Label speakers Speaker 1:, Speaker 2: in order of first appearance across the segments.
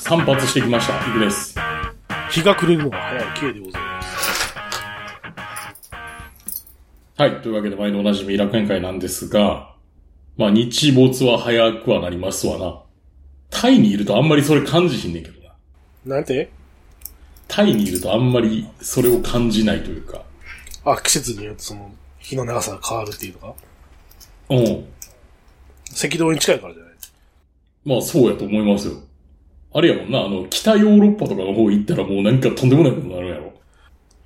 Speaker 1: 散髪してきました。いくです。
Speaker 2: 日が暮れるのが早い K でございます。
Speaker 1: はい。というわけで、毎度おなじみ楽園会なんですが、まあ、日没は早くはなりますわな。タイにいるとあんまりそれ感じひんねんけどな。
Speaker 2: なんて
Speaker 1: タイにいるとあんまりそれを感じないというか。
Speaker 2: あ、季節によってその、日の長さが変わるっていうのか
Speaker 1: うん。
Speaker 2: 赤道に近いからじゃない
Speaker 1: まあ、そうやと思いますよ。あれやもんな、あの、北ヨーロッパとかの方行ったらもうなんかとんでもないことになるやろ。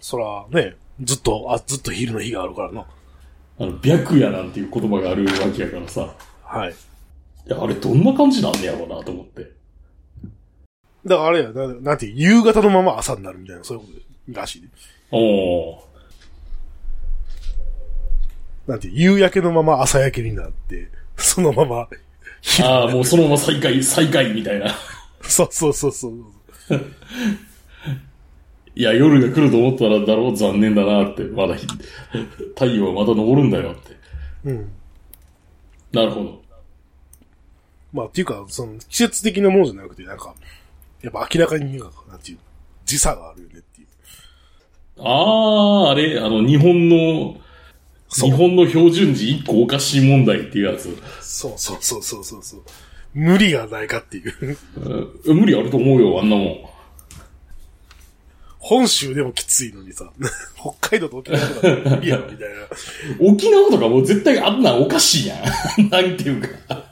Speaker 2: そら、ね、ずっと、あ、ずっと昼の日があるからな。
Speaker 1: あの、白夜なんていう言葉があるわけやからさ。
Speaker 2: はい。
Speaker 1: いや、あれどんな感じなんねやろうなと思って。
Speaker 2: だからあれや、ななんていう、夕方のまま朝になるみたいな、そういうことらしいね。
Speaker 1: おー。
Speaker 2: なんていう、夕焼けのまま朝焼けになって、そのまま、
Speaker 1: ああ、もうそのまま再開、再開みたいな。
Speaker 2: そうそうそうそう。
Speaker 1: いや、夜が来ると思ったらだろう、残念だなって。まだ日、 太陽はまだ昇るんだよって。
Speaker 2: うん。
Speaker 1: なるほど。
Speaker 2: まあ、っていうか、その、季節的なものじゃなくて、なんか、やっぱ明らかに、なんかなんていう、時差があるよねっていう。
Speaker 1: ああ、あれ、あの、日本の、
Speaker 2: そう
Speaker 1: 日本の標準時一個おかしい問題っていうやつ。
Speaker 2: そうそうそうそうそうそう。無理がないかっていう。
Speaker 1: うん無理あると思うよ、あんなもん。
Speaker 2: 本州でもきついのにさ、 北海道と沖縄とか無理やろみたいな。
Speaker 1: 沖縄とかもう絶対あんなんおかしいやん。 なんていうか。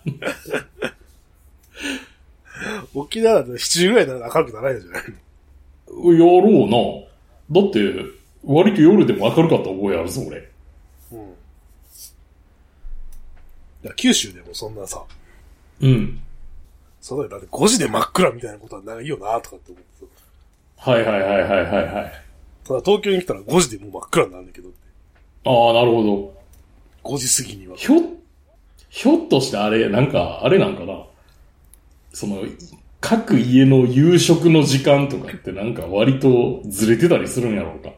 Speaker 2: 沖縄だと7時ぐらいなら明るくならないじゃない
Speaker 1: やろうな。だって、割と夜でも明るかった覚えあるぞ、俺。
Speaker 2: うん。だから九州でもそんなさ、
Speaker 1: うん。
Speaker 2: そのだって5時で真っ暗みたいなことはないよなとかって思ってた
Speaker 1: はいはいはいはいはいはい。
Speaker 2: ただ東京に来たら5時でもう真っ暗になるんだけどって、
Speaker 1: ああ、なるほど。
Speaker 2: 5時過ぎには。
Speaker 1: ひょ、ひょっとしてあれ、なんか、あれなんかな。その、各家の夕食の時間とかってなんか割とずれてたりするんやろうか。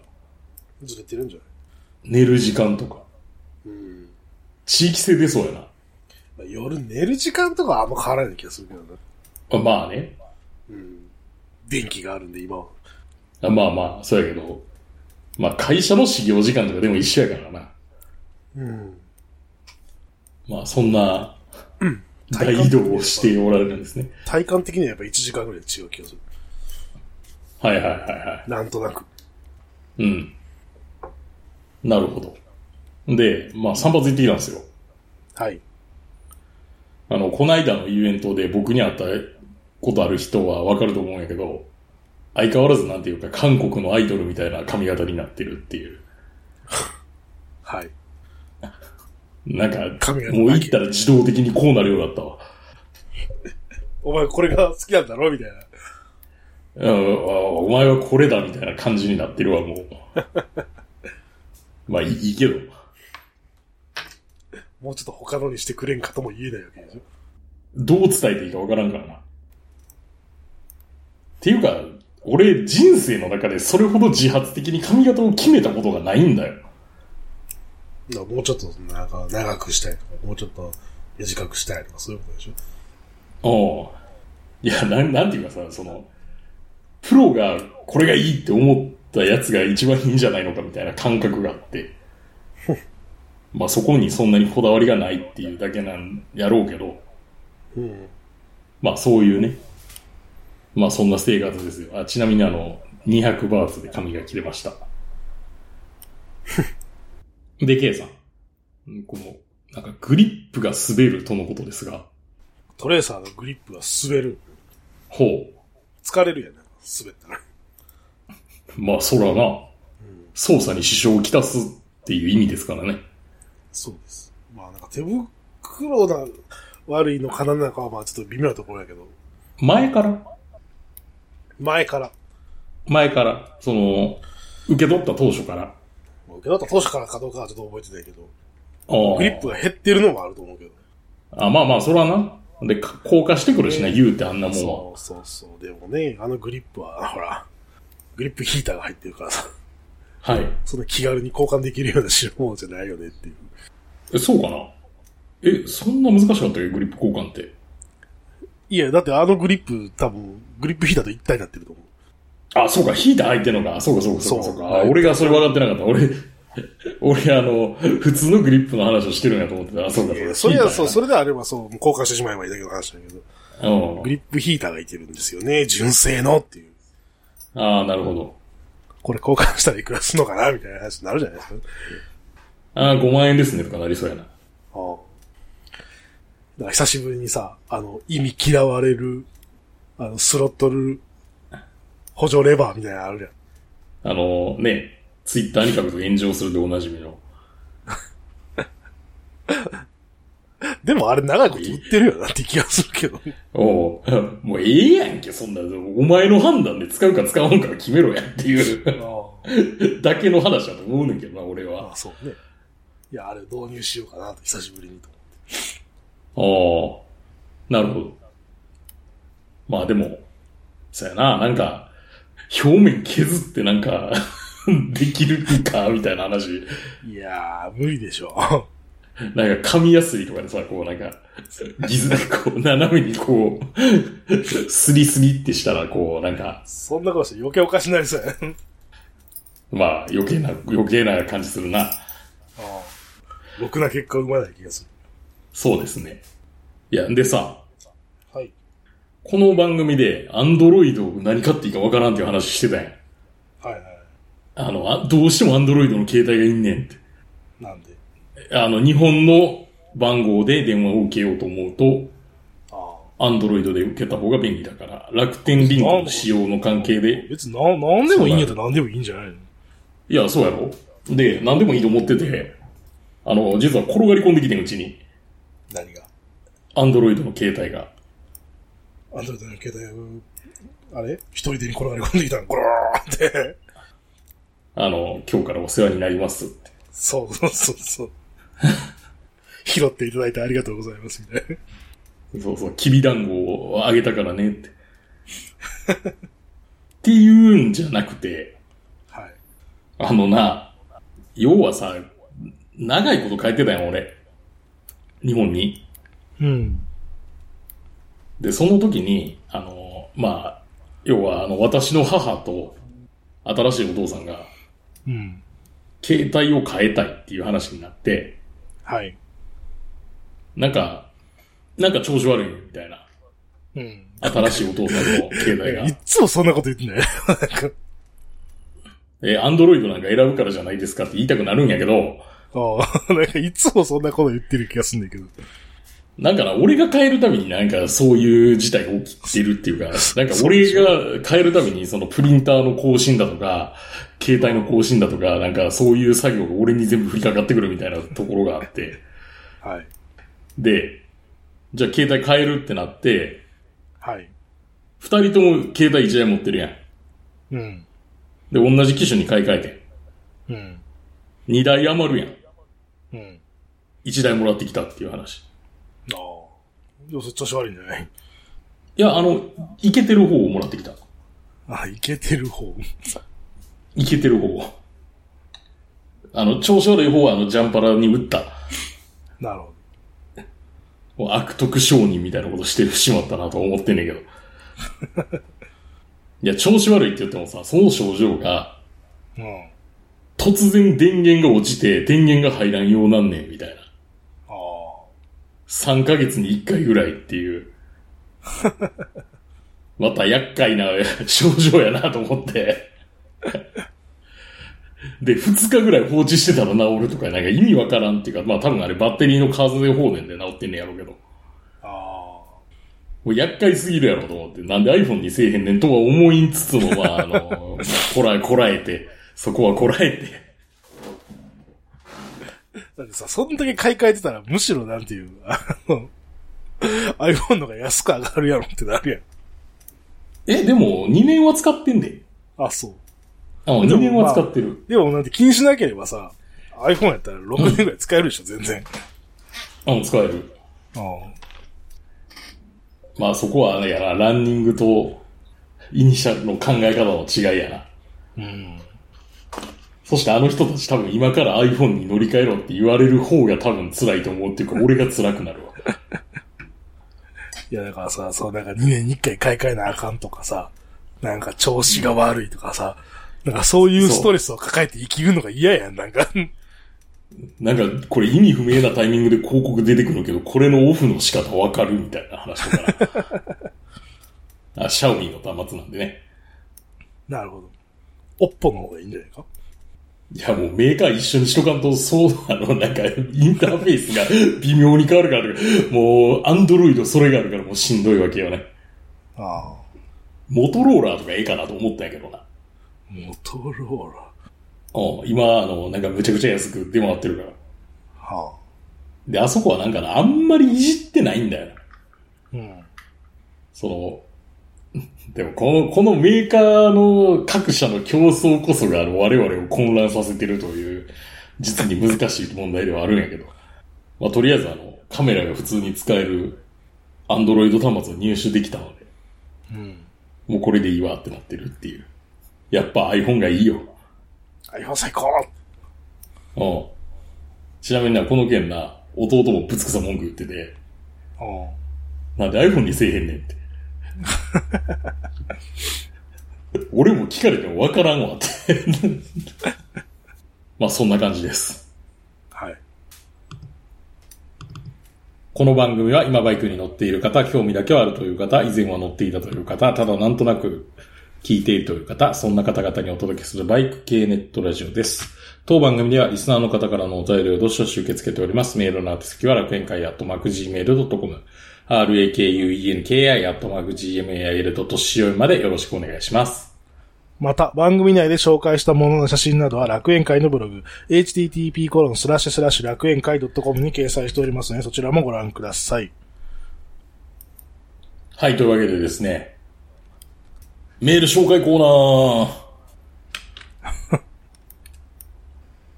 Speaker 2: ずれてるんじゃな
Speaker 1: 寝
Speaker 2: い
Speaker 1: る時間とか。
Speaker 2: うん。
Speaker 1: 地域性出そうや
Speaker 2: まあ夜寝る時間とかはあんま変わらない気がするけどな。
Speaker 1: な。まあね。
Speaker 2: うん。電気があるんで今は。
Speaker 1: まあまあ、そうやけど。まあ会社の始業時間とかでも一緒やからな。
Speaker 2: うん。
Speaker 1: まあそんな、
Speaker 2: 体
Speaker 1: 大
Speaker 2: 感
Speaker 1: 移動をしておられるんですね。
Speaker 2: 体感的にはやっぱ1時間ぐらい違う気がする。
Speaker 1: はいはいはいは
Speaker 2: なんとなく。
Speaker 1: い。うん。なるほど。で、まあ散髪行ってきたんですよ。
Speaker 2: はい。
Speaker 1: あの、こないだのイベントで僕に会ったことある人はわかると思うんやけど、相変わらずなんていうか韓国のアイドルみたいな髪型になってるっていう。
Speaker 2: はい。
Speaker 1: なんか、
Speaker 2: 髪型
Speaker 1: もう行ったら自動的にこうなるようだったわ。
Speaker 2: お前これが好きなんだろみたいな。
Speaker 1: うんあお前はこれだみたいな感じになってるわ、もう。 まあいいいいけど。
Speaker 2: もうちょっと他のにしてくれんかとも言えないわけでしょ。
Speaker 1: どう伝えていいかわからんからな。っていうか、俺人生の中でそれほど自発的に髪型を決めたことがないんだよ。
Speaker 2: だからもうちょっと、なんか、長くしたいとか、もうちょっと短くしたいとか、そういうことでしょ。
Speaker 1: おういや、なん、なんていうかさ、その、プロがこれがいいって思ったやつが一番いいんじゃないのかみたいな感覚があって。まあそこにそんなにこだわりがないっていうだけなんやろうけど、
Speaker 2: うん。
Speaker 1: まあそういうね、まあそんな生活ですよ。あちなみにあの、200バーツで髪が切れました。で、K さん。うんこの、なんかグリップが滑るとのことですが、
Speaker 2: トレーサーのグリップが滑る。
Speaker 1: ほう。
Speaker 2: 疲れるやん、なんか滑ったら。
Speaker 1: まあ、そらな、操作に支障をきたすっていう意味ですからね。
Speaker 2: そうです。まあなんか手袋が悪いのかななんかはまあちょっと微妙なところやけど、
Speaker 1: 前から
Speaker 2: 前から、
Speaker 1: 前から、その、受け取った当初から。
Speaker 2: まあ受け取った当初からかどうかはちょっと覚えてないけど、
Speaker 1: あー
Speaker 2: グリップが減ってるのもあると思うけど。
Speaker 1: あまあまあ、そらな。で、か硬化してくるしな、
Speaker 2: ね
Speaker 1: 言うてあんなもんは。
Speaker 2: そうそうそう。でもね、あのグリップは、 ほら、グリップヒーターが入ってるからさ、
Speaker 1: はい。
Speaker 2: その気軽に交換できるような代物じゃないよねっていう。
Speaker 1: え、そうかなえ、そんな難しかったっけグリップ交換って。
Speaker 2: いや、だってあのグリップ、多分、グリップヒーターと一体になってると思う。
Speaker 1: あ、そうか、引いた相手のが、そうか、そうか、そうか、
Speaker 2: そう
Speaker 1: そうか。あ俺がそれ分かってなかった。俺、 俺、あの、普通のグリップの話をしてるんやと思ってた。あ、そうか、そうか。
Speaker 2: それは、そう、
Speaker 1: 引い
Speaker 2: それであればそう、もう交換してしまえばいいだけの話だけど、
Speaker 1: たんやうん
Speaker 2: グリップヒーターがいてるんですよね、純正のっていう。
Speaker 1: ああ、なるほど。
Speaker 2: これ交換したらいくらすんのかなみたいな話になるじゃないですか。
Speaker 1: ああ、5万円ですね、とかなりそうやな。
Speaker 2: ああ。だから久しぶりにさ、あの、意味嫌われる、あの、スロットル、補助レバーみたいなのあるじゃん。
Speaker 1: あの、ね、ツイッターに書くと炎上するでおなじみの。
Speaker 2: でもあれ長いこと言ってるよなって気がするけど。
Speaker 1: おう もうええやんけ、そんな。お前の判断で使うか使わんかは決めろやっていう だけの話だと思うねんけどな、俺
Speaker 2: あ
Speaker 1: は。
Speaker 2: あ、そうね。いや、あれ導入しようかなと、久しぶりにと。
Speaker 1: ああ、なるほど。まあでも、そやな、なんか、表面削ってなんか、 できるか、みたいな話。
Speaker 2: いやー、無理でしょ。
Speaker 1: なんか、紙やすりとかでさ、こうなんか、ギズ、こう、斜めにこう、 スリスリってしたら、こう、なんか、
Speaker 2: そんなことして余計おかしになりそうやね。
Speaker 1: まあ、余計な、余計な感じするな。
Speaker 2: ああろくな結果を生まない気がす
Speaker 1: そうですね。いや、でさ、
Speaker 2: る。はい。
Speaker 1: この番組で、アンドロイドを何買っていいかわからんっていう話してたやん。
Speaker 2: はいはい。
Speaker 1: あの、あどうしてもアンドロイドの携帯がいんねんって。
Speaker 2: なんで。
Speaker 1: あの、日本の番号で電話を受けようと思うと、
Speaker 2: ああ。
Speaker 1: アンドロイドで受けた方が便利だから、楽天リンクの使用の関係で、
Speaker 2: 別にな、なんでもいいんやったらなんでもいいんじゃないの
Speaker 1: いや、そうやろで、何でもいいと思ってて、あの、実は転がり込んできてんうちに、
Speaker 2: 何が。
Speaker 1: アンドロイドの携帯が。
Speaker 2: アンドロイドの携帯が、あれ一人でに転がり込んできたの、ゴローンって。
Speaker 1: あの、今日からお世話になりますって。
Speaker 2: そうそうそう そう。拾っていただいてありがとうございます、みたいな。
Speaker 1: そうそう、きび団子をあげたからねって。 っていうんじゃなくて、
Speaker 2: はい。
Speaker 1: あのな、要はさ、長いこと書いてたやん、俺。日本に。
Speaker 2: うん。
Speaker 1: で、その時に、あの、まあ、要は、あの、私の母と、新しいお父さんが、
Speaker 2: うん。
Speaker 1: 携帯を変えたいっていう話になって、
Speaker 2: はい。
Speaker 1: なんか、なんか調子悪いみたいな。
Speaker 2: うん。
Speaker 1: 新しいお父さんの携帯が
Speaker 2: い。つもそんなこと言って んだよ。
Speaker 1: え、アンドロイドなんか選ぶからじゃないですかって言いたくなるんやけど、
Speaker 2: あ あ、なんかいつもそんなこと言ってる気がするんだけど。
Speaker 1: なんかな、俺が変えるためになんかそういう事態が起きてるっていうか、なんか俺が変えるためにそのプリンターの更新だとか、携帯の更新だとか、なんかそういう作業が俺に全部降りかかってくるみたいなところがあって。
Speaker 2: はい。
Speaker 1: で、じゃあ携帯変えるってなって、
Speaker 2: はい。
Speaker 1: 二人とも携帯一台持ってるやん。
Speaker 2: うん。
Speaker 1: で、同じ機種に買い替えて。
Speaker 2: うん。
Speaker 1: 二台余るやん。
Speaker 2: うん。
Speaker 1: 一台もらってきたっていう話。
Speaker 2: ああ。要するに調子悪いんじゃない
Speaker 1: いや、あの、いけてる方をもらってきた。
Speaker 2: あ、いけてる方。
Speaker 1: いけてる方。あの、調子悪い方はあの、ジャンパラに打った。
Speaker 2: なるほど。
Speaker 1: もう悪徳商人みたいなことしてしまったなと思ってんねんけど。いや、調子悪いって言ってもさ、その症状が、
Speaker 2: うん。
Speaker 1: 突然電源が落ちて、電源が入らんようなんねん、みたいな。
Speaker 2: ああ。
Speaker 1: 3ヶ月に1回ぐらいっていう。 また厄介な 症状やなと思って。 で、2日ぐらい放置してたら治るとか、なんか意味わからんっていうか、まあ多分あれバッテリーの数で放電で治ってんねやろうけど。
Speaker 2: あ
Speaker 1: もう厄介すぎるやろと思って、なんで iPhone にせえへんねんとは思いつつも、まあ、あの、まあこらえ、こらえて、そこはこらえて。
Speaker 2: あ。だってさ、そんだけ買い替えてたら、むしろなんていう、 あの、iPhone の方が安く上がるやろってなる
Speaker 1: え、でも、2年は使ってんで。
Speaker 2: やん。あ、そう。
Speaker 1: あ、2年は使ってる。
Speaker 2: でもなんて気にしなければさ、iPhone やったら6年ぐらい使えるでしょ、全然。
Speaker 1: うん、使える。
Speaker 2: あ
Speaker 1: まあ、そこは、あれやな、ランニングと、イニシャルの考え方の違いやな。
Speaker 2: うん。
Speaker 1: そしてあの人たち多分今から iPhone に乗り換えろって言われる方が多分辛いと思うっていうか、俺が辛くなるわ。
Speaker 2: いや、だからさ、そう、なんか2年に1回買い替えなあかんとかさ、なんか調子が悪いとかさ、なんかそういうストレスを抱えて生きるのが嫌やん、なんか。
Speaker 1: なんか、これ意味不明なタイミングで広告出てくるけど、これのオフの仕方わかるみたいな話とか な。あ、シャオミの端末なんでね。
Speaker 2: なるほど。おっぽの方がいいんじゃないか
Speaker 1: いや、もうメーカー一緒にしとかんと、そう、あの、なんか、インターフェースが微妙に変わるからとか、もう、アンドロイドそれがあるからもうしんどいわけよね。
Speaker 2: ああ。
Speaker 1: モトローラーとかええかなと思ったんやけどな。
Speaker 2: モトローラ。
Speaker 1: うん、今、あの、なんかむちゃくちゃ安く出回ってるから。
Speaker 2: は
Speaker 1: で、あそこはなんかな、あんまりいじってないんだよな。
Speaker 2: あ。うん。
Speaker 1: その、 でもこの、このメーカーの各社の競争こそがあの我々を混乱させてるという、実に難しい問題ではあるんやけど。まあ、とりあえずあの、カメラが普通に使える、アンドロイド端末を入手できたので、
Speaker 2: うん。
Speaker 1: もうこれでいいわってなってるっていう。やっぱ iPhone がいいよ。
Speaker 2: iPhone 最高
Speaker 1: うん。ちなみにな、この件な、弟もぶつくさ文句言ってて、
Speaker 2: うん。
Speaker 1: なんで iPhone にせえへんねんって。俺も聞かれてもわからんわって。まあそんな感じです。
Speaker 2: はい。
Speaker 1: この番組は今バイクに乗っている方、興味だけはあるという方、以前は乗っていたという方、ただなんとなく聞いているという方、そんな方々にお届けするバイク系ネットラジオです。当番組ではリスナーの方からのお便りをどしどし受け付けております。メールの宛先は楽園会アットマーク Gmail.com、rakuenki アットマーク Gmail.co までよろしくお願いします。
Speaker 2: また、番組内で紹介したものの写真などは楽園会のブログ、http コロンスラッシュスラッシュ楽園会 .com に掲載しておりますので、そちらもご覧ください。
Speaker 1: はい、というわけでですね、メール紹介コーナー。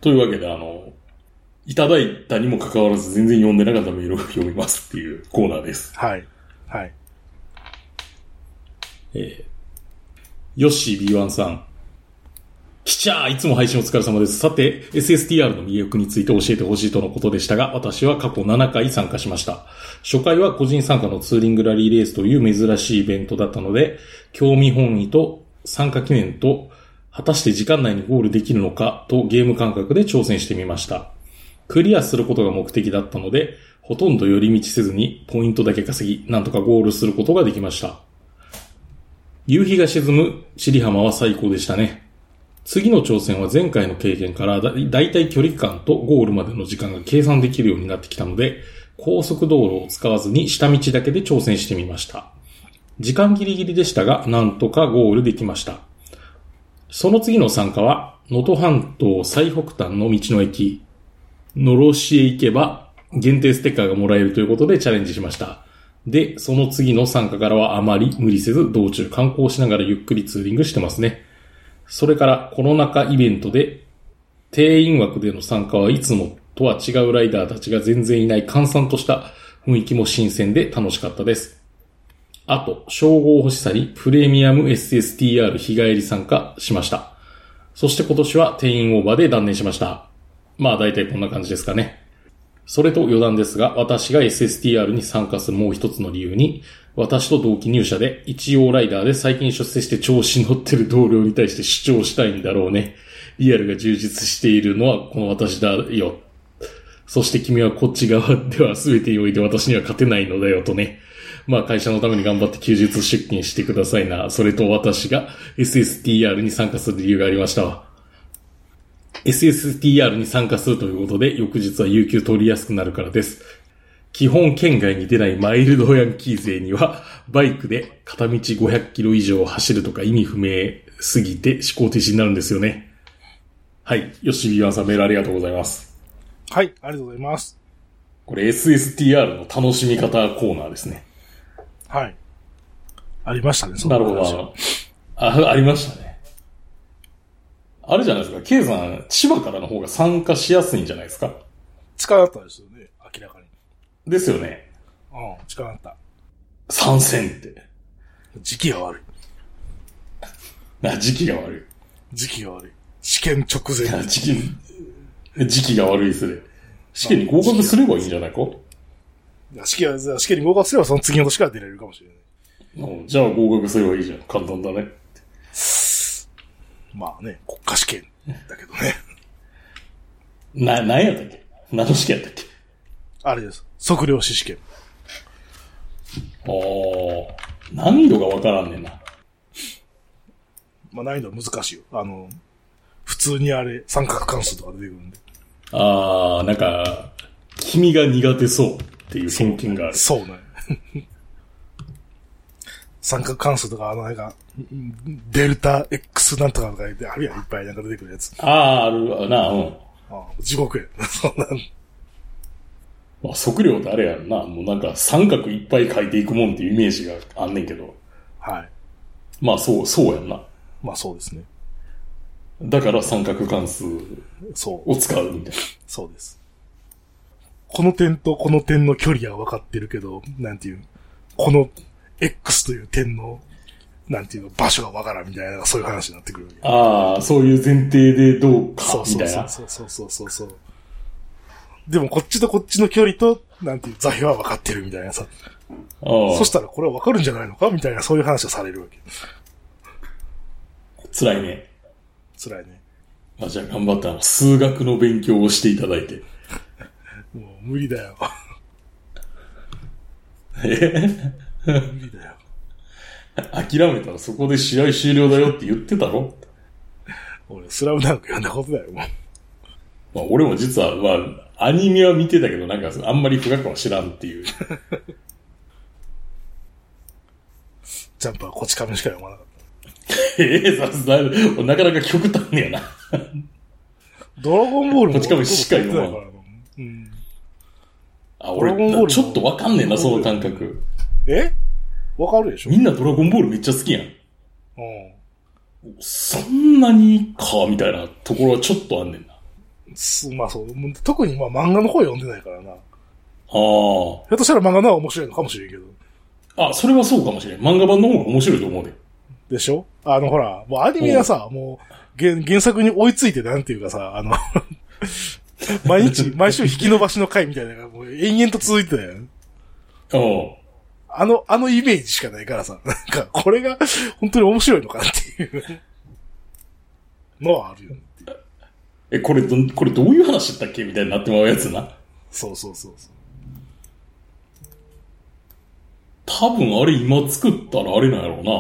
Speaker 1: というわけで、あの、いただいたにもかかわらず全然読んでなかったメールを読みますっていうコーナーです。
Speaker 2: はい。はい。
Speaker 1: えー、ヨッシー B1 さん。きちゃーいつも配信お疲れ様です。さて、SSTR の魅力について教えてほしいとのことでしたが、私は過去7回参加しました。初回は個人参加のツーリングラリーレースという珍しいイベントだったので、興味本位と参加記念と、果たして時間内にゴールできるのかとゲーム感覚で挑戦してみました。クリアすることが目的だったので、ほとんど寄り道せずにポイントだけ稼ぎ、なんとかゴールすることができました。夕日が沈む尻浜は最高でしたね。次の挑戦は前回の経験からだだいたい距離感とゴールまでの時間が計算できるようになってきたので、高速道路を使わずに下道だけで挑戦してみました。時間ギリギリでしたが、なんとかゴールできました。その次の参加は、能登半島最北端の道の駅、のろしへ行けば限定ステッカーがもらえるということでチャレンジしました。で、その次の参加からはあまり無理せず道中観光しながらゆっくりツーリングしてますね。それからコロナ禍イベントで定員枠での参加はいつもとは違うライダーたちが全然いない閑散とした雰囲気も新鮮で楽しかったです。あと、称号欲しさにプレミアム SSTR 日帰り参加しました。そして今年は定員オーバーで断念しました。まあ大体こんな感じですかね。それと余談ですが、私が SSTR に参加するもう一つの理由に、私と同期入社で一応ライダーで最近出世して調子に乗ってる同僚に対して主張したいんだろうね。リアルが充実しているのはこの私だよ。そして君はこっち側では全てにおいて私には勝てないのだよとね。まあ会社のために頑張って休日出勤してくださいな。それと私が SSTR に参加する理由がありましたわ。SSTR に参加するということで、翌日は有給取りやすくなるからです。基本県外に出ないマイルドヤンキー勢には、バイクで片道500キロ以上走るとか意味不明すぎて思考停止になるんですよね。はい。よしびわんさんメールありがとうございます。
Speaker 2: はい、ありがとうございます。
Speaker 1: これ SSTR の楽しみ方コーナーですね。
Speaker 2: はい。ありましたね、そん
Speaker 1: なる
Speaker 2: 話
Speaker 1: ほど。あのあ、ありましたね。あれじゃないですか。K さん、千葉からの方が参加しやすいんじゃないですか。
Speaker 2: 近かったですよね、明らかに。
Speaker 1: ですよね。
Speaker 2: うん、近かった。
Speaker 1: 参戦って。
Speaker 2: 時期が悪い。
Speaker 1: な、時期が悪
Speaker 2: 時期が悪い。試験直
Speaker 1: い。
Speaker 2: 前
Speaker 1: な、時期、時期が悪いですね。試験に合格すればいいんじゃないか
Speaker 2: 試験、試験に合格すればその次の年から出れるかもしれない。
Speaker 1: うんじゃあ合格すればいいじゃん。簡単だね。
Speaker 2: まあね、国家試験だけどね。
Speaker 1: な、何やったっけ何の試験やったっけ
Speaker 2: あれです。測量士試験。
Speaker 1: おー難易度がわからんねんな。
Speaker 2: まあ難易度は難しいよ。あの、普通にあれ、三角関数とか出てくるんで。
Speaker 1: あー、なんか、君が苦手そうっていう偏見がある。
Speaker 2: そうね。 三角関数とか、あの、なんか、んデルタ X なんとかとか言って、あるやん、いっぱいなんか出てくるやつ。
Speaker 1: あー、あるな、うん。
Speaker 2: ああ地獄や。 そんな、
Speaker 1: まあ、測量ってあれやんな。もうなんか三角いっぱい書いていくもんっていうイメージがあんねんけど。
Speaker 2: はい。
Speaker 1: まあそう、そうやんな。
Speaker 2: まあそうですね。
Speaker 1: だから三角関数
Speaker 2: そう。
Speaker 1: を使うみたい
Speaker 2: そうです。この点とこの点の距離は分かってるけど、なんていう、この X という点の、なんていうの、場所が分からんみたいな、そういう話になってくるわけ。
Speaker 1: な。ああ、そういう前提でどうか
Speaker 2: そう、
Speaker 1: み
Speaker 2: そ
Speaker 1: た
Speaker 2: う
Speaker 1: いな。
Speaker 2: そうそうそうそうそう。でもこっちとこっちの距離と、なんていう、座標は分かってるみたいなさ。
Speaker 1: あ
Speaker 2: そしたらこれは分かるんじゃないのかみたいな、そういう話をされるわけ。
Speaker 1: あ、辛いね。
Speaker 2: 辛いね。
Speaker 1: まあ、じゃあ頑張ったな。数学の勉強をしていただいて。
Speaker 2: もう無理 だよ。
Speaker 1: え
Speaker 2: 無理だよ。
Speaker 1: 諦めたらそこで試合終了だよって言ってたろ
Speaker 2: 俺、スラムダンク読んだことだよ、もう。
Speaker 1: まあ、俺も実は、まあ、アニメは見てたけど、なんか、あんまり深くは知らんっていう。
Speaker 2: ジャンプはこち亀しか読まなかっ
Speaker 1: ええさすが、なかなか極端ねやな。
Speaker 2: た。ドラゴンボールも
Speaker 1: こっち亀しか読まん
Speaker 2: 俺のこと言ってないからな
Speaker 1: あ、
Speaker 2: ドラゴンボール
Speaker 1: 俺、
Speaker 2: も
Speaker 1: ちょっとわかんねえな、
Speaker 2: ドラ
Speaker 1: そ
Speaker 2: ゴ
Speaker 1: の
Speaker 2: ンボ
Speaker 1: 感
Speaker 2: ール
Speaker 1: 覚。
Speaker 2: うん。えわかるでしょ
Speaker 1: みんなドラゴンボールめっちゃ好きやん。
Speaker 2: う
Speaker 1: そんなにか、みたいなところはちょっとあんねんな。あ
Speaker 2: んす。まあそう。もう特にまあ漫画の方読んでないからな。ひ
Speaker 1: あ
Speaker 2: ょっとしたら漫画の方が面白いのかもしれんけど。。
Speaker 1: あ、それはそうかもしれん。漫画版の方が面白いと思うで。
Speaker 2: でしょあのほら、もうアニメはさ、もう原原作に追いついてなんていうかさ、あの、 毎日、 毎週引き伸ばしの回みたいなのがもう延々と続いてたやん。
Speaker 1: うん。
Speaker 2: あの、あのイメージしかないからさ、なんか、これが本当に面白いのかっていうのはあるよね。
Speaker 1: え、これどん、これどういう話だったっけみたいになってまうやつな。
Speaker 2: そうそうそうそう。
Speaker 1: 多分あれ今作ったらあれなんやろうな。あ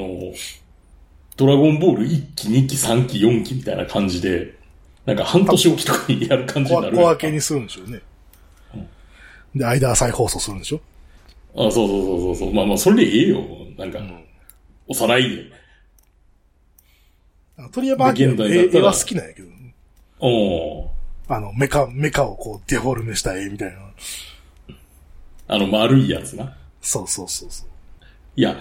Speaker 1: の、ドラゴンボール1期、2期、3期、4期みたいな感じで、なんか半年おきとかにやる感じ
Speaker 2: 小
Speaker 1: にな
Speaker 2: 分
Speaker 1: る。
Speaker 2: 小分けにするんでしょうね。で、間は再放送するんでしょ
Speaker 1: あ、そうそうそうそうそう。まあまあ、それでええよ。なんか、おさらいで。
Speaker 2: あの鳥山明
Speaker 1: で
Speaker 2: の
Speaker 1: 現代だ
Speaker 2: 絵
Speaker 1: ったら
Speaker 2: 絵は好きなんやけど、
Speaker 1: おん。
Speaker 2: あの、メカ、メカをこうデフォルメした絵みたいな。
Speaker 1: あの、丸いやつな。
Speaker 2: そうそうそうそう。
Speaker 1: いや、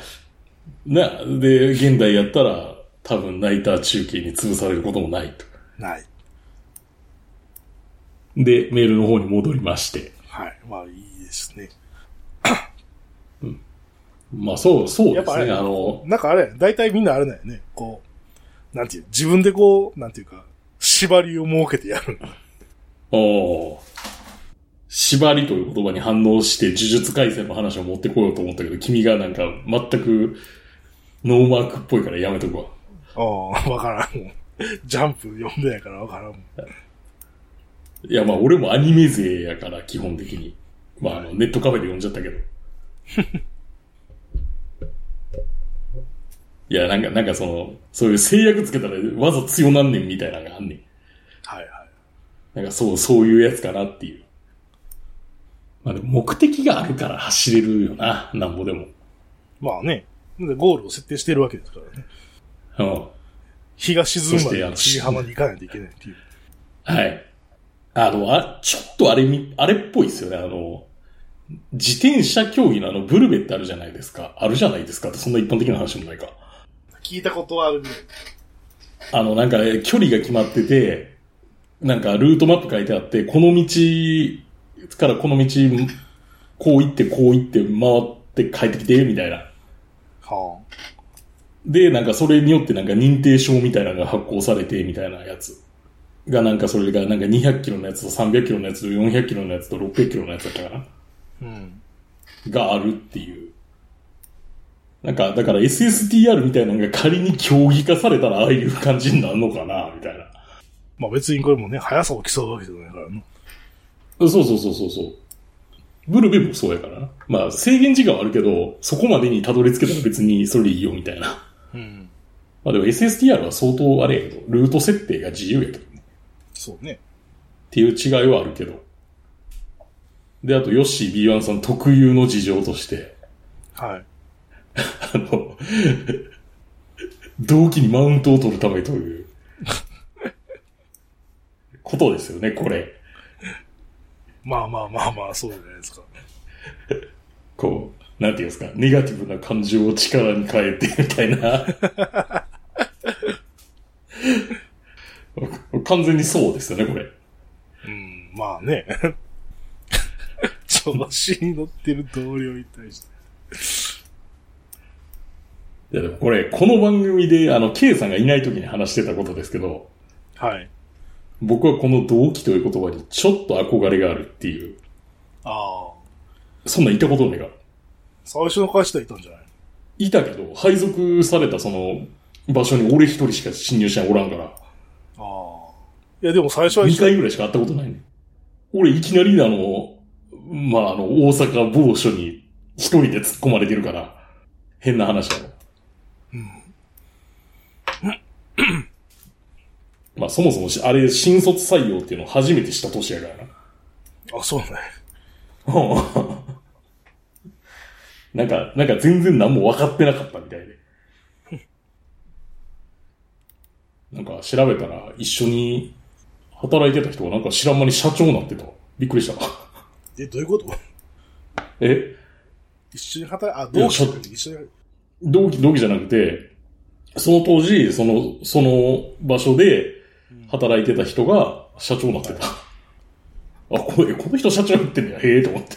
Speaker 1: な、で、現代やったら、多分ナイター中継に潰されることもないと。
Speaker 2: ない。
Speaker 1: で、メールの方に戻りまして。
Speaker 2: はい。まあ、いいですね。
Speaker 1: まあ、そう、そう
Speaker 2: や
Speaker 1: で
Speaker 2: っぱあ
Speaker 1: す
Speaker 2: れ
Speaker 1: ね。あの、
Speaker 2: なんかあれ、大体みんなあれだよね。こう、なんていう、自分でこう、なんていうか、縛りを設けてやる。
Speaker 1: おー縛りという言葉に反応して、呪術回戦の話を持ってこようと思ったけど、君がなんか、全く、ノーマークっぽいからやめとくわ。
Speaker 2: ああ、 わからんもん。ジャンプ読んでないからわからんもん。
Speaker 1: いや、まあ、俺もアニメ勢やから、基本的に。まあ、あの、ネットカフェで読んじゃったけ ど。いや、なんか、なんかその、そういう制約つけたらわざ強なんねんみたいなのがあんねん。
Speaker 2: はいはい。
Speaker 1: なんかそう、そういうやつかなっていう。まあでも目的があるから走れるよな、なんぼでも。
Speaker 2: まあね。なんでゴールを設定してるわけですからね。
Speaker 1: うん。
Speaker 2: 日が沈むま
Speaker 1: そ
Speaker 2: で
Speaker 1: して
Speaker 2: ちり浜に行かないといけないっていう。
Speaker 1: はい。あの、あ、ちょっとあれみ、あれっぽいですよね。あの、自転車競技のあの、ブルベってあるじゃないですか。あるじゃないですかって、そんな一般的な話もないか。
Speaker 2: 聞いたことはあるね。
Speaker 1: あの、なんか、え距離が決まってて、なんか、ルートマップ書いてあって、この道からこの道、こう行って、こう行って、回って帰ってきて、みたいな。
Speaker 2: は
Speaker 1: で、なんか、それによってなんか認定証みたいなのが発行されて、みたいなやつ。が、なんか、それが、なんか200キロのやつと300キロのやつと400キロのやつと600キロのやつだったかな。
Speaker 2: あ。うん。
Speaker 1: があるっていう。なんか、だから SSDR みたいなのが仮に競技化されたらああいう感じになるのかな、みたいな。
Speaker 2: まあ別にこれもね、速さを競うわけじゃないからな。
Speaker 1: そうそうそうそうそう。ブルベもそうやからな。まあ制限時間はあるけど、そこまでにたどり着けたら別にそれでいいよ、みたいな。
Speaker 2: うん。
Speaker 1: まあでも SSDR は相当あれやけど、ルート設定が自由やけどね。
Speaker 2: そうね。
Speaker 1: っていう違いはあるけど。で、あと、ヨッシー B1 さん特有の事情として、
Speaker 2: はい。
Speaker 1: あの、 同期にマウントを取るためという、ことですよね、これ。
Speaker 2: まあまあまあまあ、そうじゃないですか。
Speaker 1: こう、なんていうんですか、ネガティブな感情を力に変えて、みたいな。 完全にそうですよね、これ。
Speaker 2: うん、まあね。 調子に乗ってる同僚に対して。
Speaker 1: いやでもこれ、この番組で、あの、K さんがいない時に話してたことですけど、
Speaker 2: はい。
Speaker 1: 僕はこの同期という言葉にちょっと憧れがあるっていう。
Speaker 2: ああ。
Speaker 1: そんなん言ったことないから。
Speaker 2: 最初の会社でいたんじゃない
Speaker 1: いたけど、配属されたその場所に俺一人しか侵入者おらんから、
Speaker 2: ああ。いや、でも最初は
Speaker 1: 2
Speaker 2: 一緒
Speaker 1: 回ぐらいしか会ったことないね。俺いきなりあの、まあ、あの、大阪某所に一人で突っ込まれてるから、変な話だろ。まあ、そもそもし、あれ、新卒採用っていうのを初めてした年やからな。
Speaker 2: あ、そうね。
Speaker 1: なんか、なんか全然何も分かってなかったみたいで。 なんか調べたら一緒に働いてた人がなんか知らん間に社長になってた。びっくりした。
Speaker 2: え、どういうこと
Speaker 1: え
Speaker 2: 一緒に働い、あ、同期と一緒に、
Speaker 1: 同期、同期じゃなくて、その当時、その、その場所で働いてた人が社長になってた。あ、 これ、この人社長やってんだよ。へえ、と思って。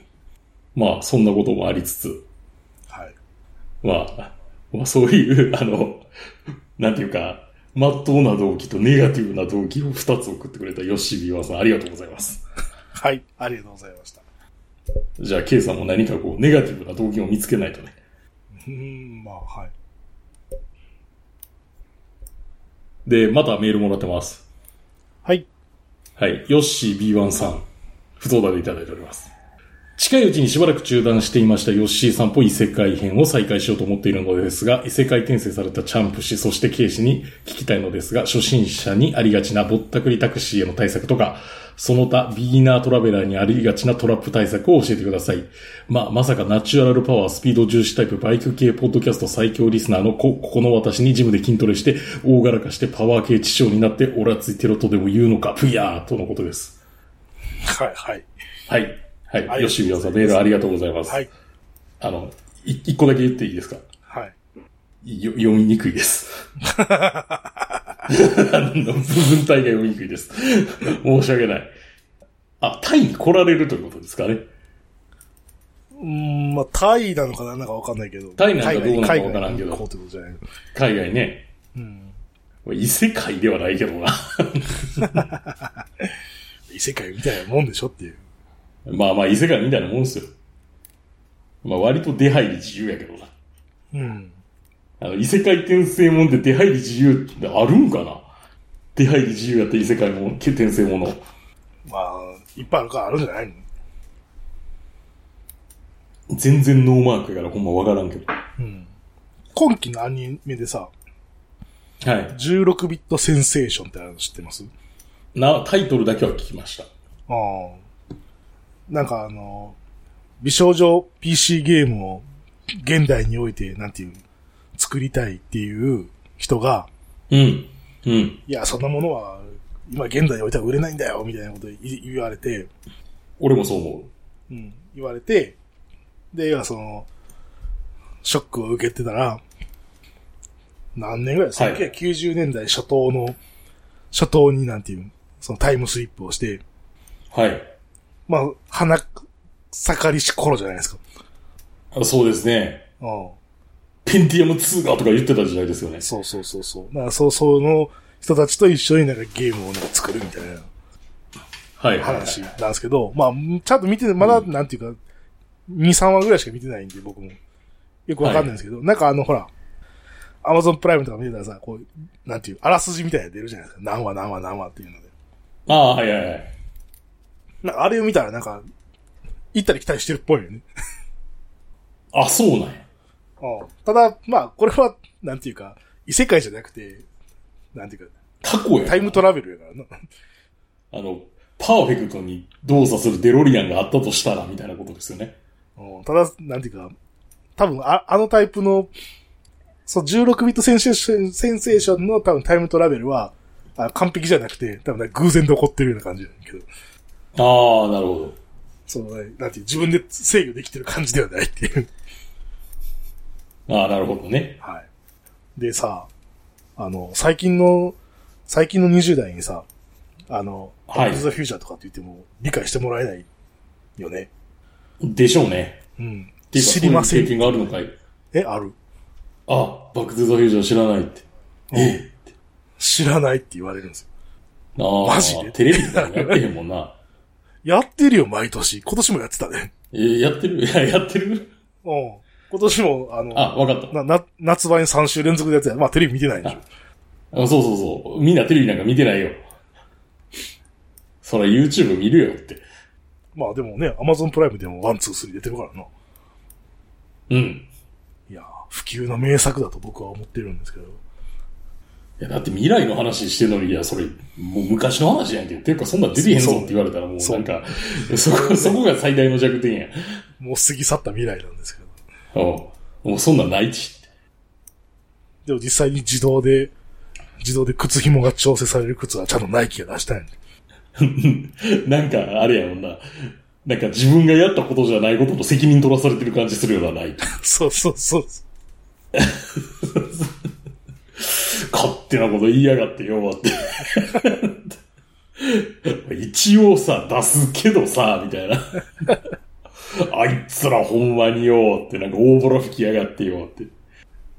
Speaker 1: まあ、そんなこともありつつ。
Speaker 2: はい。
Speaker 1: まあ、まあそういう、あの、なんていうか、まっとうな動機とネガティブな動機を二つ送ってくれたヨッシービワさん、ありがとうございます。
Speaker 2: はい。ありがとうございました。
Speaker 1: じゃあ、ケイさんも何かこう、ネガティブな動機を見つけないとね。
Speaker 2: うーん、まあ、はい。
Speaker 1: で、またメールもらってます。
Speaker 2: はい。
Speaker 1: はい。ヨッシー B1 さん、不登壇でいただいております。近いうちにしばらく中断していましたヨッシー散歩異世界編を再開しようと思っているのですが、異世界転生されたチャンプ氏、そしてケイ氏に聞きたいのですが、初心者にありがちなぼったくりタクシーへの対策とか、その他、ビギナートラベラーにありがちなトラップ対策を教えてください。まあ、まさかナチュラルパワー、スピード重視タイプ、バイク系ポッドキャスト最強リスナーのこ、ここの私にジムで筋トレして、大柄化してパワー系知性になって、俺はついてろとでも言うのか、ぷやーとのことです。
Speaker 2: はい、はい。
Speaker 1: はい。はい。
Speaker 2: はい
Speaker 1: よしみよさん、メールありがとうございます。
Speaker 2: はい。
Speaker 1: あの、い一個だけ言っていいですか
Speaker 2: はい。
Speaker 1: よ読みにくいです。 あの文体が読みにくいです。申し訳ない。あ、タイに来られるということですかね。
Speaker 2: うーん、まあ、タイなのかななんかわかんないけど。
Speaker 1: タイなんかどうなのか
Speaker 2: 海外
Speaker 1: わからんけど
Speaker 2: 海外に行こうってことじゃないの
Speaker 1: 海外ね。
Speaker 2: うん。
Speaker 1: 異世界ではないけどな。
Speaker 2: 異世界みたいなもんでしょっていう。
Speaker 1: まあまあ異世界みたいなもんですよ。まあ割と出入り自由やけどな。
Speaker 2: うん。
Speaker 1: あの異世界転生もんで出入り自由ってあるんかな出入り自由やった異世界もん、転生もの。
Speaker 2: まあ、いっぱいあるからあるんじゃないの
Speaker 1: 全然ノーマークやからほんまわからんけど。
Speaker 2: うん。今期のアニメでさ、
Speaker 1: はい。
Speaker 2: 16ビットセンセーションってあるの知ってます
Speaker 1: な、タイトルだけは聞きました。
Speaker 2: ああ。なんかあの、美少女 PC ゲームを現代において、なんていう、作りたいっていう人が、
Speaker 1: うん。うん。
Speaker 2: いや、そんなものは、今現代においては売れないんだよ、みたいなことい言われて、
Speaker 1: 俺もそう思
Speaker 2: うん、言われて、で、要はその、ショックを受けてたら、何年ぐらい、
Speaker 1: はい
Speaker 2: 1990年代初頭の、初頭になんていう、そのタイムスリップをして、
Speaker 1: う。はい。
Speaker 2: まあ、花盛りし頃じゃないですか。
Speaker 1: あそうですね。
Speaker 2: うん。
Speaker 1: ペンティアム2がとか言ってた時代ですよね。
Speaker 2: そうそうそうそう。だからそう、その人たちと一緒になんかゲームをなんか作るみたいな。
Speaker 1: はいはい、はい。
Speaker 2: 話なんですけど、まあ、ちゃんと見て、まだ、なんていうか、2、3話ぐらいしか見てないんで、僕も。よくわかんないんですけど、なんかあの、ほら、アマゾンプライムとか見てたらさ、こう、なんていう、あらすじみたいなの出るじゃないですか。何話何話何話っていうので。
Speaker 1: ああ、はいはいはい。
Speaker 2: なんかあれを見たらなんか、行ったり来たりしてるっぽいよね。
Speaker 1: あ、そうなんや。
Speaker 2: うんただ、まあ、これは、なんていうか、異世界じゃなくて、なんていうか、
Speaker 1: 過去やな。
Speaker 2: タイムトラベルやからな。
Speaker 1: あの、パーフェクトに動作するデロリアンがあったとしたら、みたいなことですよね。
Speaker 2: うんただ、なんていうか、多分あ、あのタイプの、そう、16ビットセンセーションセンセーションの多分タイムトラベルは、あ完璧じゃなくて、多分なんか偶然で起こってるような感じだけど、
Speaker 1: ああ、なるほど。
Speaker 2: その、なんていう、自分で制御できてる感じではないっていう。
Speaker 1: ああ、なるほどね。
Speaker 2: はい。でさ、あの、最近の、最近の20代にさ、あの、
Speaker 1: は
Speaker 2: はいい、ザ・フューチャーとかって言っても理解してもらえないよね。
Speaker 1: でしょうね。
Speaker 2: うん。
Speaker 1: っていうか
Speaker 2: 知りませ
Speaker 1: そういう経験
Speaker 2: ん。
Speaker 1: があるのかい。
Speaker 2: え、ある
Speaker 1: あ、バックトゥザフューチャー知らないって。ええ。
Speaker 2: 知らないって言われるんですよ。
Speaker 1: ああ、
Speaker 2: マジで
Speaker 1: テレビとかもやってへんもんな。
Speaker 2: やってるよ、毎年。今年もやってたね。
Speaker 1: えーやってる いや、やってる
Speaker 2: うん。今年も、あの、
Speaker 1: あ、わかった。
Speaker 2: な、な、夏場に3週連続でやってた。まあ、テレビ見てないんでしょ。
Speaker 1: あそうそうそう。みんなテレビなんか見てないよ。そら YouTube 見るよって。
Speaker 2: まあ、でもね、アマゾンプライムでもワン、ツー、スリー出てるからな。
Speaker 1: うん。
Speaker 2: いやー、不朽の名作だと僕は思ってるんですけど。
Speaker 1: いや、だって未来の話してんのに、いや、それ、もう昔の話やんけ。っていうか、そんなん出てへんぞって言われたら、もう
Speaker 2: そ
Speaker 1: な
Speaker 2: うん
Speaker 1: か、 そこ、そこが最大の弱点や。
Speaker 2: もう過ぎ去った未来なんですけど。
Speaker 1: うんもうそんなんないし。
Speaker 2: でも実際に自動で、自動で靴紐が調整される靴はちゃんとナイキが出したいんで。
Speaker 1: なんか、あれやもんな。なんか自分がやったことじゃないことと責任取らされてる感じするようなない。
Speaker 2: そうそうそうそ
Speaker 1: 勝手なこと言いやがってよ、って。 一応さ、出すけどさ、みたいな。 あいつらほんまによ、って、なんか大ボラ吹きやがってよ、って。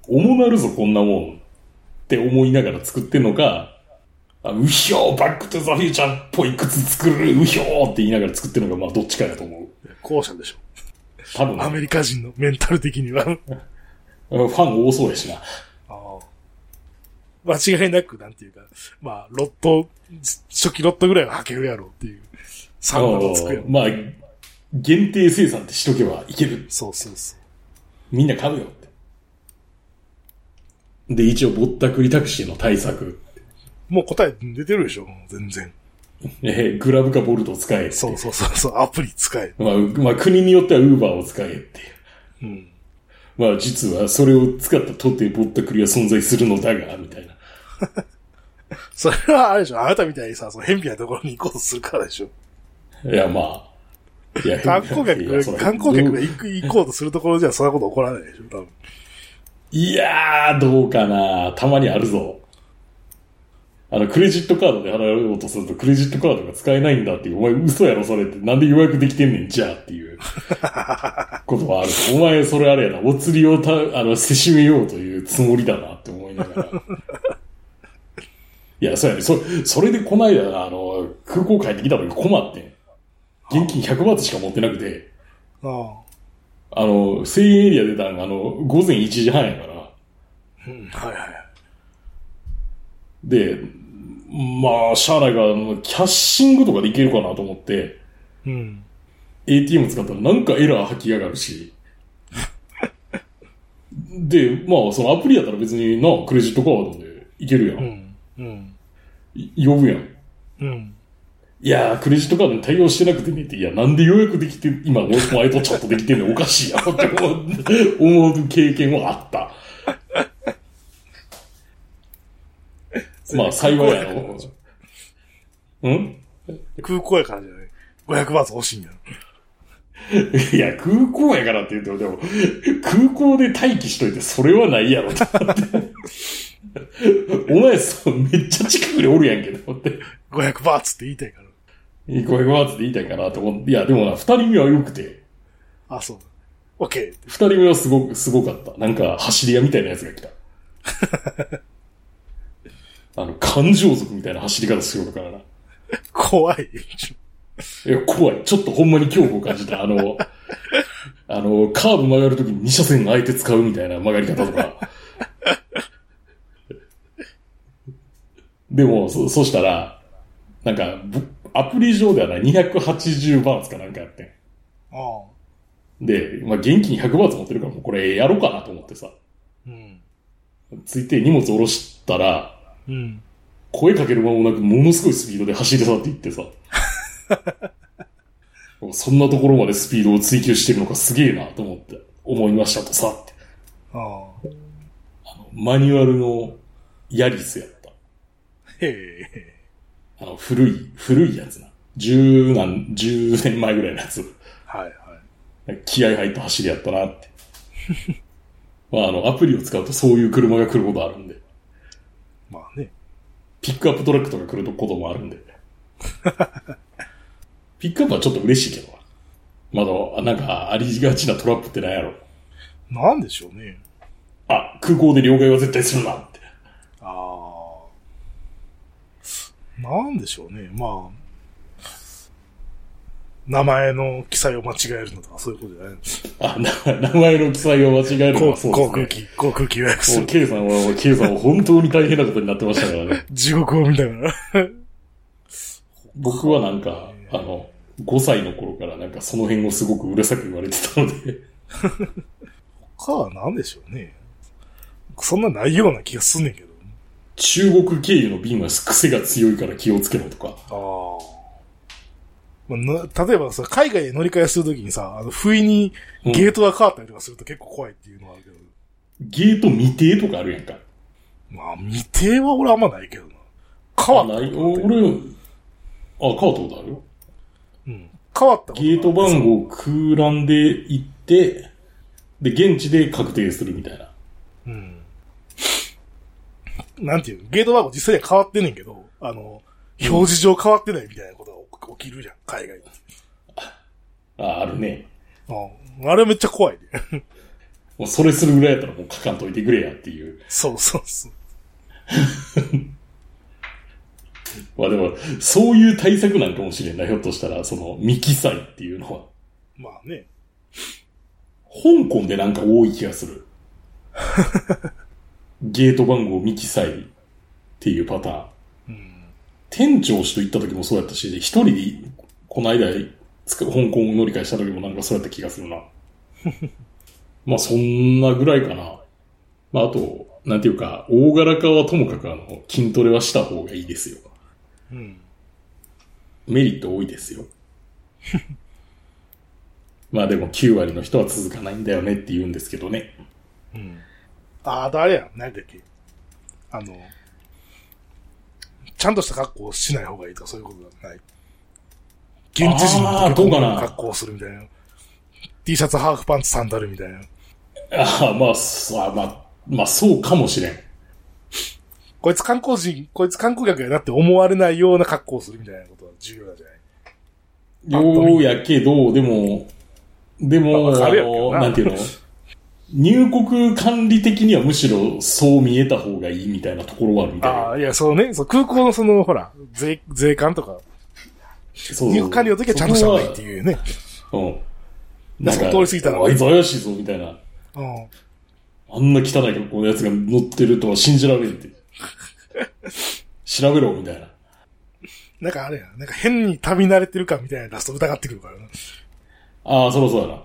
Speaker 1: 重なるぞ、こんなもん。って思いながら作ってんのか、あうひょー、バックトゥザフューチャーっぽい靴作る、うひょーって言いながら作ってんのか、まあどっちかやと思う。
Speaker 2: う。後者でしょ。
Speaker 1: 多分、
Speaker 2: アメリカ人のメンタル的には。
Speaker 1: ファン多そうやしな。
Speaker 2: あ間違いなく、なんていうか、まあ、ロット、初期ロットぐらいは履けるやろうっていう。サウナのつくやろ
Speaker 1: まあ、限定生産ってしとけばいける。
Speaker 2: そうそうそう。
Speaker 1: みんな買うよって。で、一応、ぼったくりタクシーの対策。
Speaker 2: もう答え出てるでしょもう全然。
Speaker 1: えーグラブかボルト使えって。
Speaker 2: そうそうそうそう。アプリ使え。
Speaker 1: まあ、うまあ、国によってはウーバーを使えって。
Speaker 2: うん。
Speaker 1: まあ、実はそれを使ったとてぼったくりは存在するのだが、みたいな。
Speaker 2: それはあれでしょあなたみたいにさ、その偏僻なところに行こうとするからでしょ
Speaker 1: いや、まあ。いや、
Speaker 2: 観光
Speaker 1: いやそ
Speaker 2: 客、
Speaker 1: れ
Speaker 2: 観光客が行く行こうとするところじゃそんなこと起こらないでしょ、多分。
Speaker 1: いやー、どうかなたまにあるぞ。あの、クレジットカードで払おうとすると、クレジットカードが使えないんだっていう、お前嘘やろ、それって。なんで予約できてんねん、じゃあっていう、ことはある。お前、それあれやな、お釣りをた、あの、せしめようというつもりだなって思いながら。いや、そうやね。そ、それでこないだ、あの、空港帰ってきた時困ってん。現金100バーツしか持ってなくて。
Speaker 2: あ
Speaker 1: あの、制限エリア出たんが、あの、午前1時半やから。
Speaker 2: あ。うん、はいはい。
Speaker 1: で、まあ、シャーライがあのキャッシングとかでいけるかなと思って、
Speaker 2: うん。
Speaker 1: ATM 使ったらなんかエラー吐きやがるし。 で、まあ、そのアプリやったら別にな、クレジットカードでいけるや。
Speaker 2: うんん。うん。
Speaker 1: い呼ぶやん。
Speaker 2: うん。
Speaker 1: いやー、クレジットカードに対応してなくてねって、いや、なんで予約できて、今、お前とチャットできてんのお かしいやろって思う思う経験はあ った。まあ、幸いやろ。うん
Speaker 2: 空港やからじゃない。500バーツ欲しいんやろ。
Speaker 1: いや、空港やからって言うと、でも、空港で待機しといて、それはないやろ、と思って。お前、そう、めっちゃ近くにおるやんけ、と思って。
Speaker 2: 500バーツって言いたいから。
Speaker 1: いい声がつって言いたいかな、と思って。いや、でもな、二人目は良くて。
Speaker 2: あ、そう。オッケーって。
Speaker 1: 二人目はすごく、すごかった。なんか、走り屋みたいなやつが来た。あの、感情族みたいな走り方しよるからな。
Speaker 2: 怖い。
Speaker 1: いや、怖い。ちょっとほんまに恐怖を感じた。あの、 あの、カーブ曲がるときに2車線あえて使うみたいな曲がり方とか。 でも、そ、そしたら、なんか、ぶアプリ上ではない280バーツかなんかやってん。
Speaker 2: ああ。
Speaker 1: で、まあ、現金100バーツ持ってるから、もうこれやろうかなと思ってさ。
Speaker 2: うん。
Speaker 1: ついて荷物下ろしたら、
Speaker 2: うん。
Speaker 1: 声かける間もなく、ものすごいスピードで走り去っていってさ。そんなところまでスピードを追求してるのかすげえなと思って、思いましたとさって。
Speaker 2: ああ。
Speaker 1: マニュアルのヤリスやった。
Speaker 2: へえ。
Speaker 1: あの、古い、古いやつな。十何、十年前ぐらいのやつ。
Speaker 2: はいはい。
Speaker 1: 気合入った走りやったなって。まあ、あの、アプリを使うとそういう車が来ることあるんで。
Speaker 2: まあね。
Speaker 1: ピックアップトラックとか来ることもあるんで。 ピックアップはちょっと嬉しいけどな。まだ、あなんか、ありがちなトラップってなんやろ。
Speaker 2: なんでしょうね。
Speaker 1: あ、空港で両替は絶対するなって。
Speaker 2: ああ。なんでしょうね。まあ。名前の記載を間違えるのとかそういうことじゃないの
Speaker 1: あ、な名前の記載を間違えるの
Speaker 2: 航
Speaker 1: はそう
Speaker 2: 航空
Speaker 1: で
Speaker 2: 機、航空機予約
Speaker 1: す
Speaker 2: す
Speaker 1: ね。もう、
Speaker 2: る。
Speaker 1: K さんは、K さんは本当に大変なことになってましたから ね。
Speaker 2: 地獄を見ながら。
Speaker 1: 僕はなんか、あの、5歳の頃からなんかその辺をすごくうるさく言われてたので、
Speaker 2: かはなんでしょうね。そんなないような気がすんねんけど。
Speaker 1: 中国経由の便は癖が強いから気をつけろとか。
Speaker 2: ああ。まあな、例えばさ、海外で乗り換えするときにさ、あの、不意に
Speaker 1: うん
Speaker 2: ゲートが変わったりとかすると結構怖いっていうのはあるけど。
Speaker 1: ゲート未定とかあるやんか。
Speaker 2: まあ、未定は俺あんまないけどな。変わ
Speaker 1: あ、
Speaker 2: った。
Speaker 1: ないお俺、あ、変わったことあるよ。
Speaker 2: うん。変わったことない
Speaker 1: ゲート番号空欄で行って、で、現地で確定するみたいな。
Speaker 2: うん。なんていうのゲート番号実際には変わってんねんけど、あの、表示上変わってないみたいなことが起き起きるじゃん、海外って。
Speaker 1: あ、あるね。
Speaker 2: うん。あれめっちゃ怖いね。
Speaker 1: もうそれするぐらいやったらもう書かんといてくれやっていう。
Speaker 2: そうそうそう。
Speaker 1: まあでも、そういう対策なんかもしれんな、ひょっとしたら、その、未記載っていうのは。
Speaker 2: まあね。
Speaker 1: 香港でなんか多い気がする。ゲート番号未記載っていうパターン。
Speaker 2: うん。
Speaker 1: 店長氏と行った時もそうやったし、一人で、この間つく、香港乗り換えした時もなんかそうやった気がするな。まあ、そんなぐらいかな。まあ、あと、なんていうか、大柄化はともかくあの、筋トレはした方がいいですよ。
Speaker 2: うん。
Speaker 1: メリット多いですよ。まあでも9割の人は続かないんだよねって言うんですけどね。
Speaker 2: うん。ああ、とあれやん。何だっけ。あの、ちゃんとした格好をしない方がいいとか、そういうことじゃない。現地人
Speaker 1: あーどうかな
Speaker 2: 格好をするみたいな。T シャツ、ハーフパンツ、サンダルみたいな。
Speaker 1: ああ、まあ、さあまあ、まあそうかもしれん。
Speaker 2: こいつ観光人、こいつ観光客やなって思われないような格好をするみたいなことは重要なんじゃない
Speaker 1: ようやけど、でも、でも、
Speaker 2: まあ
Speaker 1: あ
Speaker 2: わかるやろ
Speaker 1: の、
Speaker 2: うな
Speaker 1: なんていうの入国管理的にはむしろそう見えた方がいいみたいなところはあるみたい
Speaker 2: あ
Speaker 1: な。
Speaker 2: あ、いや、そうね。そう、空港のその、ほら、税、税関とか、
Speaker 1: そう
Speaker 2: 入国管理の時はちゃんとした方がいいっていうね。
Speaker 1: そこはうん。
Speaker 2: でそこ通り過ぎたら
Speaker 1: おあいつ怪しいぞ、みたいな。
Speaker 2: うん。
Speaker 1: あんな汚い格好のやつが乗ってるとは信じられんって。調べろ、みたいな。
Speaker 2: なんかあれやん。なんか変に旅慣れてるかみたいなラスト疑ってくるからな。
Speaker 1: ああ、そろそろだな。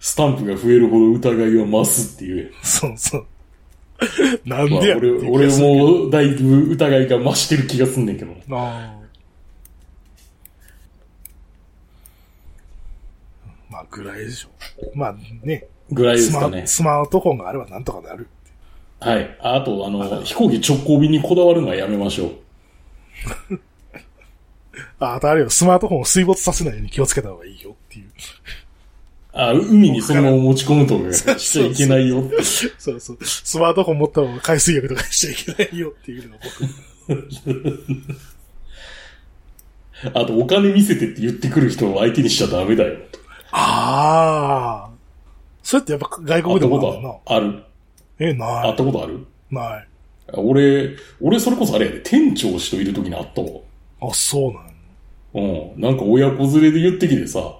Speaker 1: スタンプが増えるほど疑いは増すっていう。
Speaker 2: そうそう。 なんで
Speaker 1: まあ、
Speaker 2: や
Speaker 1: 俺、
Speaker 2: っていう気が
Speaker 1: 俺
Speaker 2: するけど。
Speaker 1: もだいぶ疑いが増してる気がすんねんけどな。
Speaker 2: ああまあ、ぐらいでしょ。まあね、
Speaker 1: ぐらいで
Speaker 2: ス
Speaker 1: すか
Speaker 2: マ
Speaker 1: ね。
Speaker 2: スマートフォンがあればなんとかなる。
Speaker 1: はい。ああと、あの、飛行機直行便にこだわるのはやめましょう。
Speaker 2: あ、あとあれよ、スマートフォンを水没させないように気をつけた方がいいよっていう。
Speaker 1: あ海にそのまま持ち込むとかしちゃいけないよって。
Speaker 2: そうそう。スマートフォン持った方が海水浴とかしちゃいけないよっていうのが僕。
Speaker 1: あと、お金見せてって言ってくる人を相手にしちゃダメだよ。
Speaker 2: ああ。それってやっぱ外
Speaker 1: 会
Speaker 2: 国
Speaker 1: っ
Speaker 2: で
Speaker 1: た
Speaker 2: も
Speaker 1: こ
Speaker 2: あるな
Speaker 1: と。ある
Speaker 2: え、
Speaker 1: 会
Speaker 2: な
Speaker 1: ったことある
Speaker 2: い。ない。
Speaker 1: 俺、俺それこそあれやで、店長氏といる時に会ったわ。
Speaker 2: あ、そうなの
Speaker 1: うん。なんか親子連れで言ってきてさ、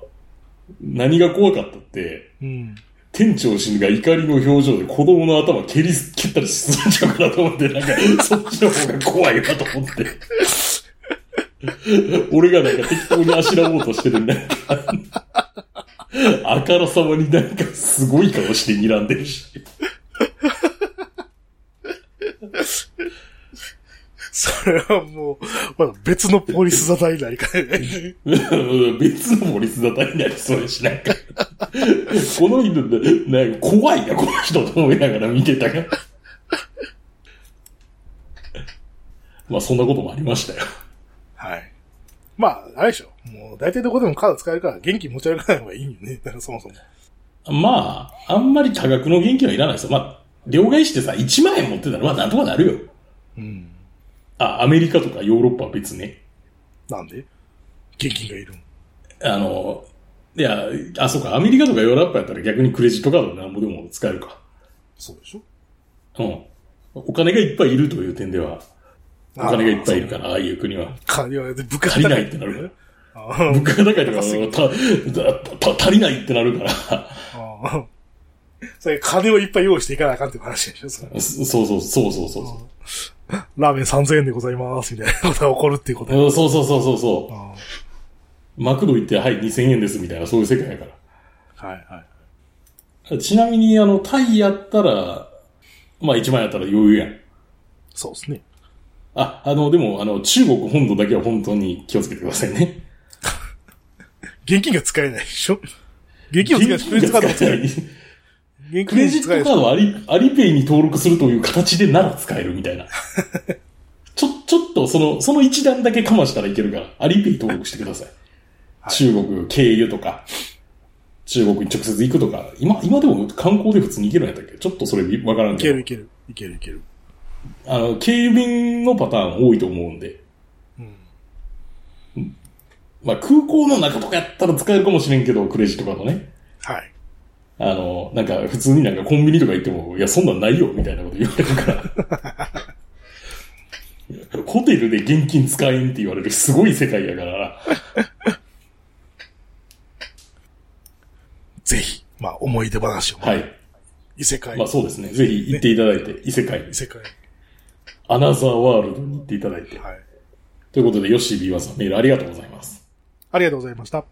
Speaker 1: 何が怖かったって、
Speaker 2: うん。
Speaker 1: 店長氏が怒りの表情で子供の頭蹴りす、蹴ったりするんちゃうかなと思って、なんか、そっちの方が怖いなと思って。 俺がなんか適当にあしらおうとしてるんだよ。あからさまになんかすごい顔して睨んでるし。
Speaker 2: それはもう、まだ別のポリス座台になりかねない。
Speaker 1: うん別の森津沙汰になりそうやし、なんか。この犬な、なんか怖いな、この人と思いながら見てたから。まあ、そんなこともありましたよ。
Speaker 2: はい。まあ、あれでしょ。もう、大体どこでもカード使えるから、元気持ち歩かない方がいいんよね。だからそもそも。
Speaker 1: まあ、あんまり多額の現金はいらないですよ。まあ、両替してさ、1万円持ってたら、まあ、なんとかなるよ。
Speaker 2: うん。
Speaker 1: あ、アメリカとかヨーロッパは別ね。
Speaker 2: なんで現金がいるん。
Speaker 1: あの、いや、あ、そうか、アメリカとかヨーロッパやったら逆にクレジットカードでなんぼでも使えるか。
Speaker 2: そうでしょ
Speaker 1: うん。お金がいっぱいいるという点では、お金がいっぱいいるから、ああいう国は。
Speaker 2: ら。借りは、で、物価が
Speaker 1: 足りないってなる。
Speaker 2: あー
Speaker 1: 物価が高いとか、た、た、た足りないってなるから。
Speaker 2: あー。それ、金をいっぱい用意していかなあかんっていう話でしょそれ
Speaker 1: そそうそう、そうそうそうそ
Speaker 2: ラーメン3000円でございます、みたいなことが起こるっていうことや。
Speaker 1: う。うんそうそうそうそうそ
Speaker 2: あ
Speaker 1: う。マクド行って、はい、2000円ですみたいな、そういう世界やか
Speaker 2: ーはいはい。
Speaker 1: ら。ちなみに、あの、タイやったら、まあ1万やったら余裕やん。
Speaker 2: そうですね。
Speaker 1: あ、あの、でも、あの、中国本土だけは本当に気をつけてくださいね。
Speaker 2: 現金が使えないでしょ現金を使えない。クレジットカードも使えない。現
Speaker 1: クレジ
Speaker 2: 金
Speaker 1: ッ
Speaker 2: 使え
Speaker 1: ト
Speaker 2: ない
Speaker 1: カー。ドはアリアリペイに登録するという形でなら使えるみ たいな。ちょ、ちょっとその、その一段だけかましたらいけるから、アリペイ登録してください。
Speaker 2: はい
Speaker 1: 中国経由とか、中国に直接行くとか、今、今でも観光で普通に行けるんやったっけちょっとそれわからん
Speaker 2: いけ
Speaker 1: け
Speaker 2: る
Speaker 1: ど
Speaker 2: い。ける。いけるいける。
Speaker 1: あの、経由便のパターン多いと思うんで。
Speaker 2: うん。
Speaker 1: まあ空港の中とかやったら使えるかもしれんけど、クレジットカードね。
Speaker 2: はい。
Speaker 1: あの、なんか普通になんかコンビニとか行っても、いや、そんなんないよ、みたいなこと言われるから。ホテルで現金使えんって言われるすごい世界やから、
Speaker 2: ぜひ、まあ、思い出話を。
Speaker 1: はい。
Speaker 2: 異世界。
Speaker 1: まあそうですね。ぜひ行っていただいて、異世界
Speaker 2: 異、世界。
Speaker 1: アナザーワールドに行っていただいて。
Speaker 2: はい。
Speaker 1: ということで、ヨッシー・ビーワンさん、メールありがとうございます。
Speaker 2: ありがとうございました。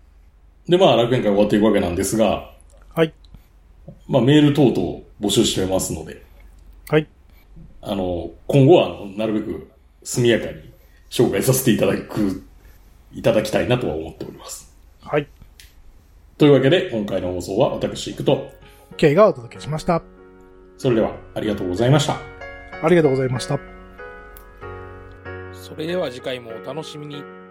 Speaker 1: で、まあ楽園会終わっていくわけなんですが、
Speaker 2: はい。
Speaker 1: まあメール等々募集しておりますので、
Speaker 2: はい。
Speaker 1: あの、今後は、あのなるべく速やかに紹介させていただく、いただきたいなとは思っております。
Speaker 2: はい。
Speaker 1: というわけで、今回の放送は私行くと、
Speaker 2: K がお届けしました。
Speaker 1: それではありがとうございました。
Speaker 2: ありがとうございました。
Speaker 3: それでは次回もお楽しみに。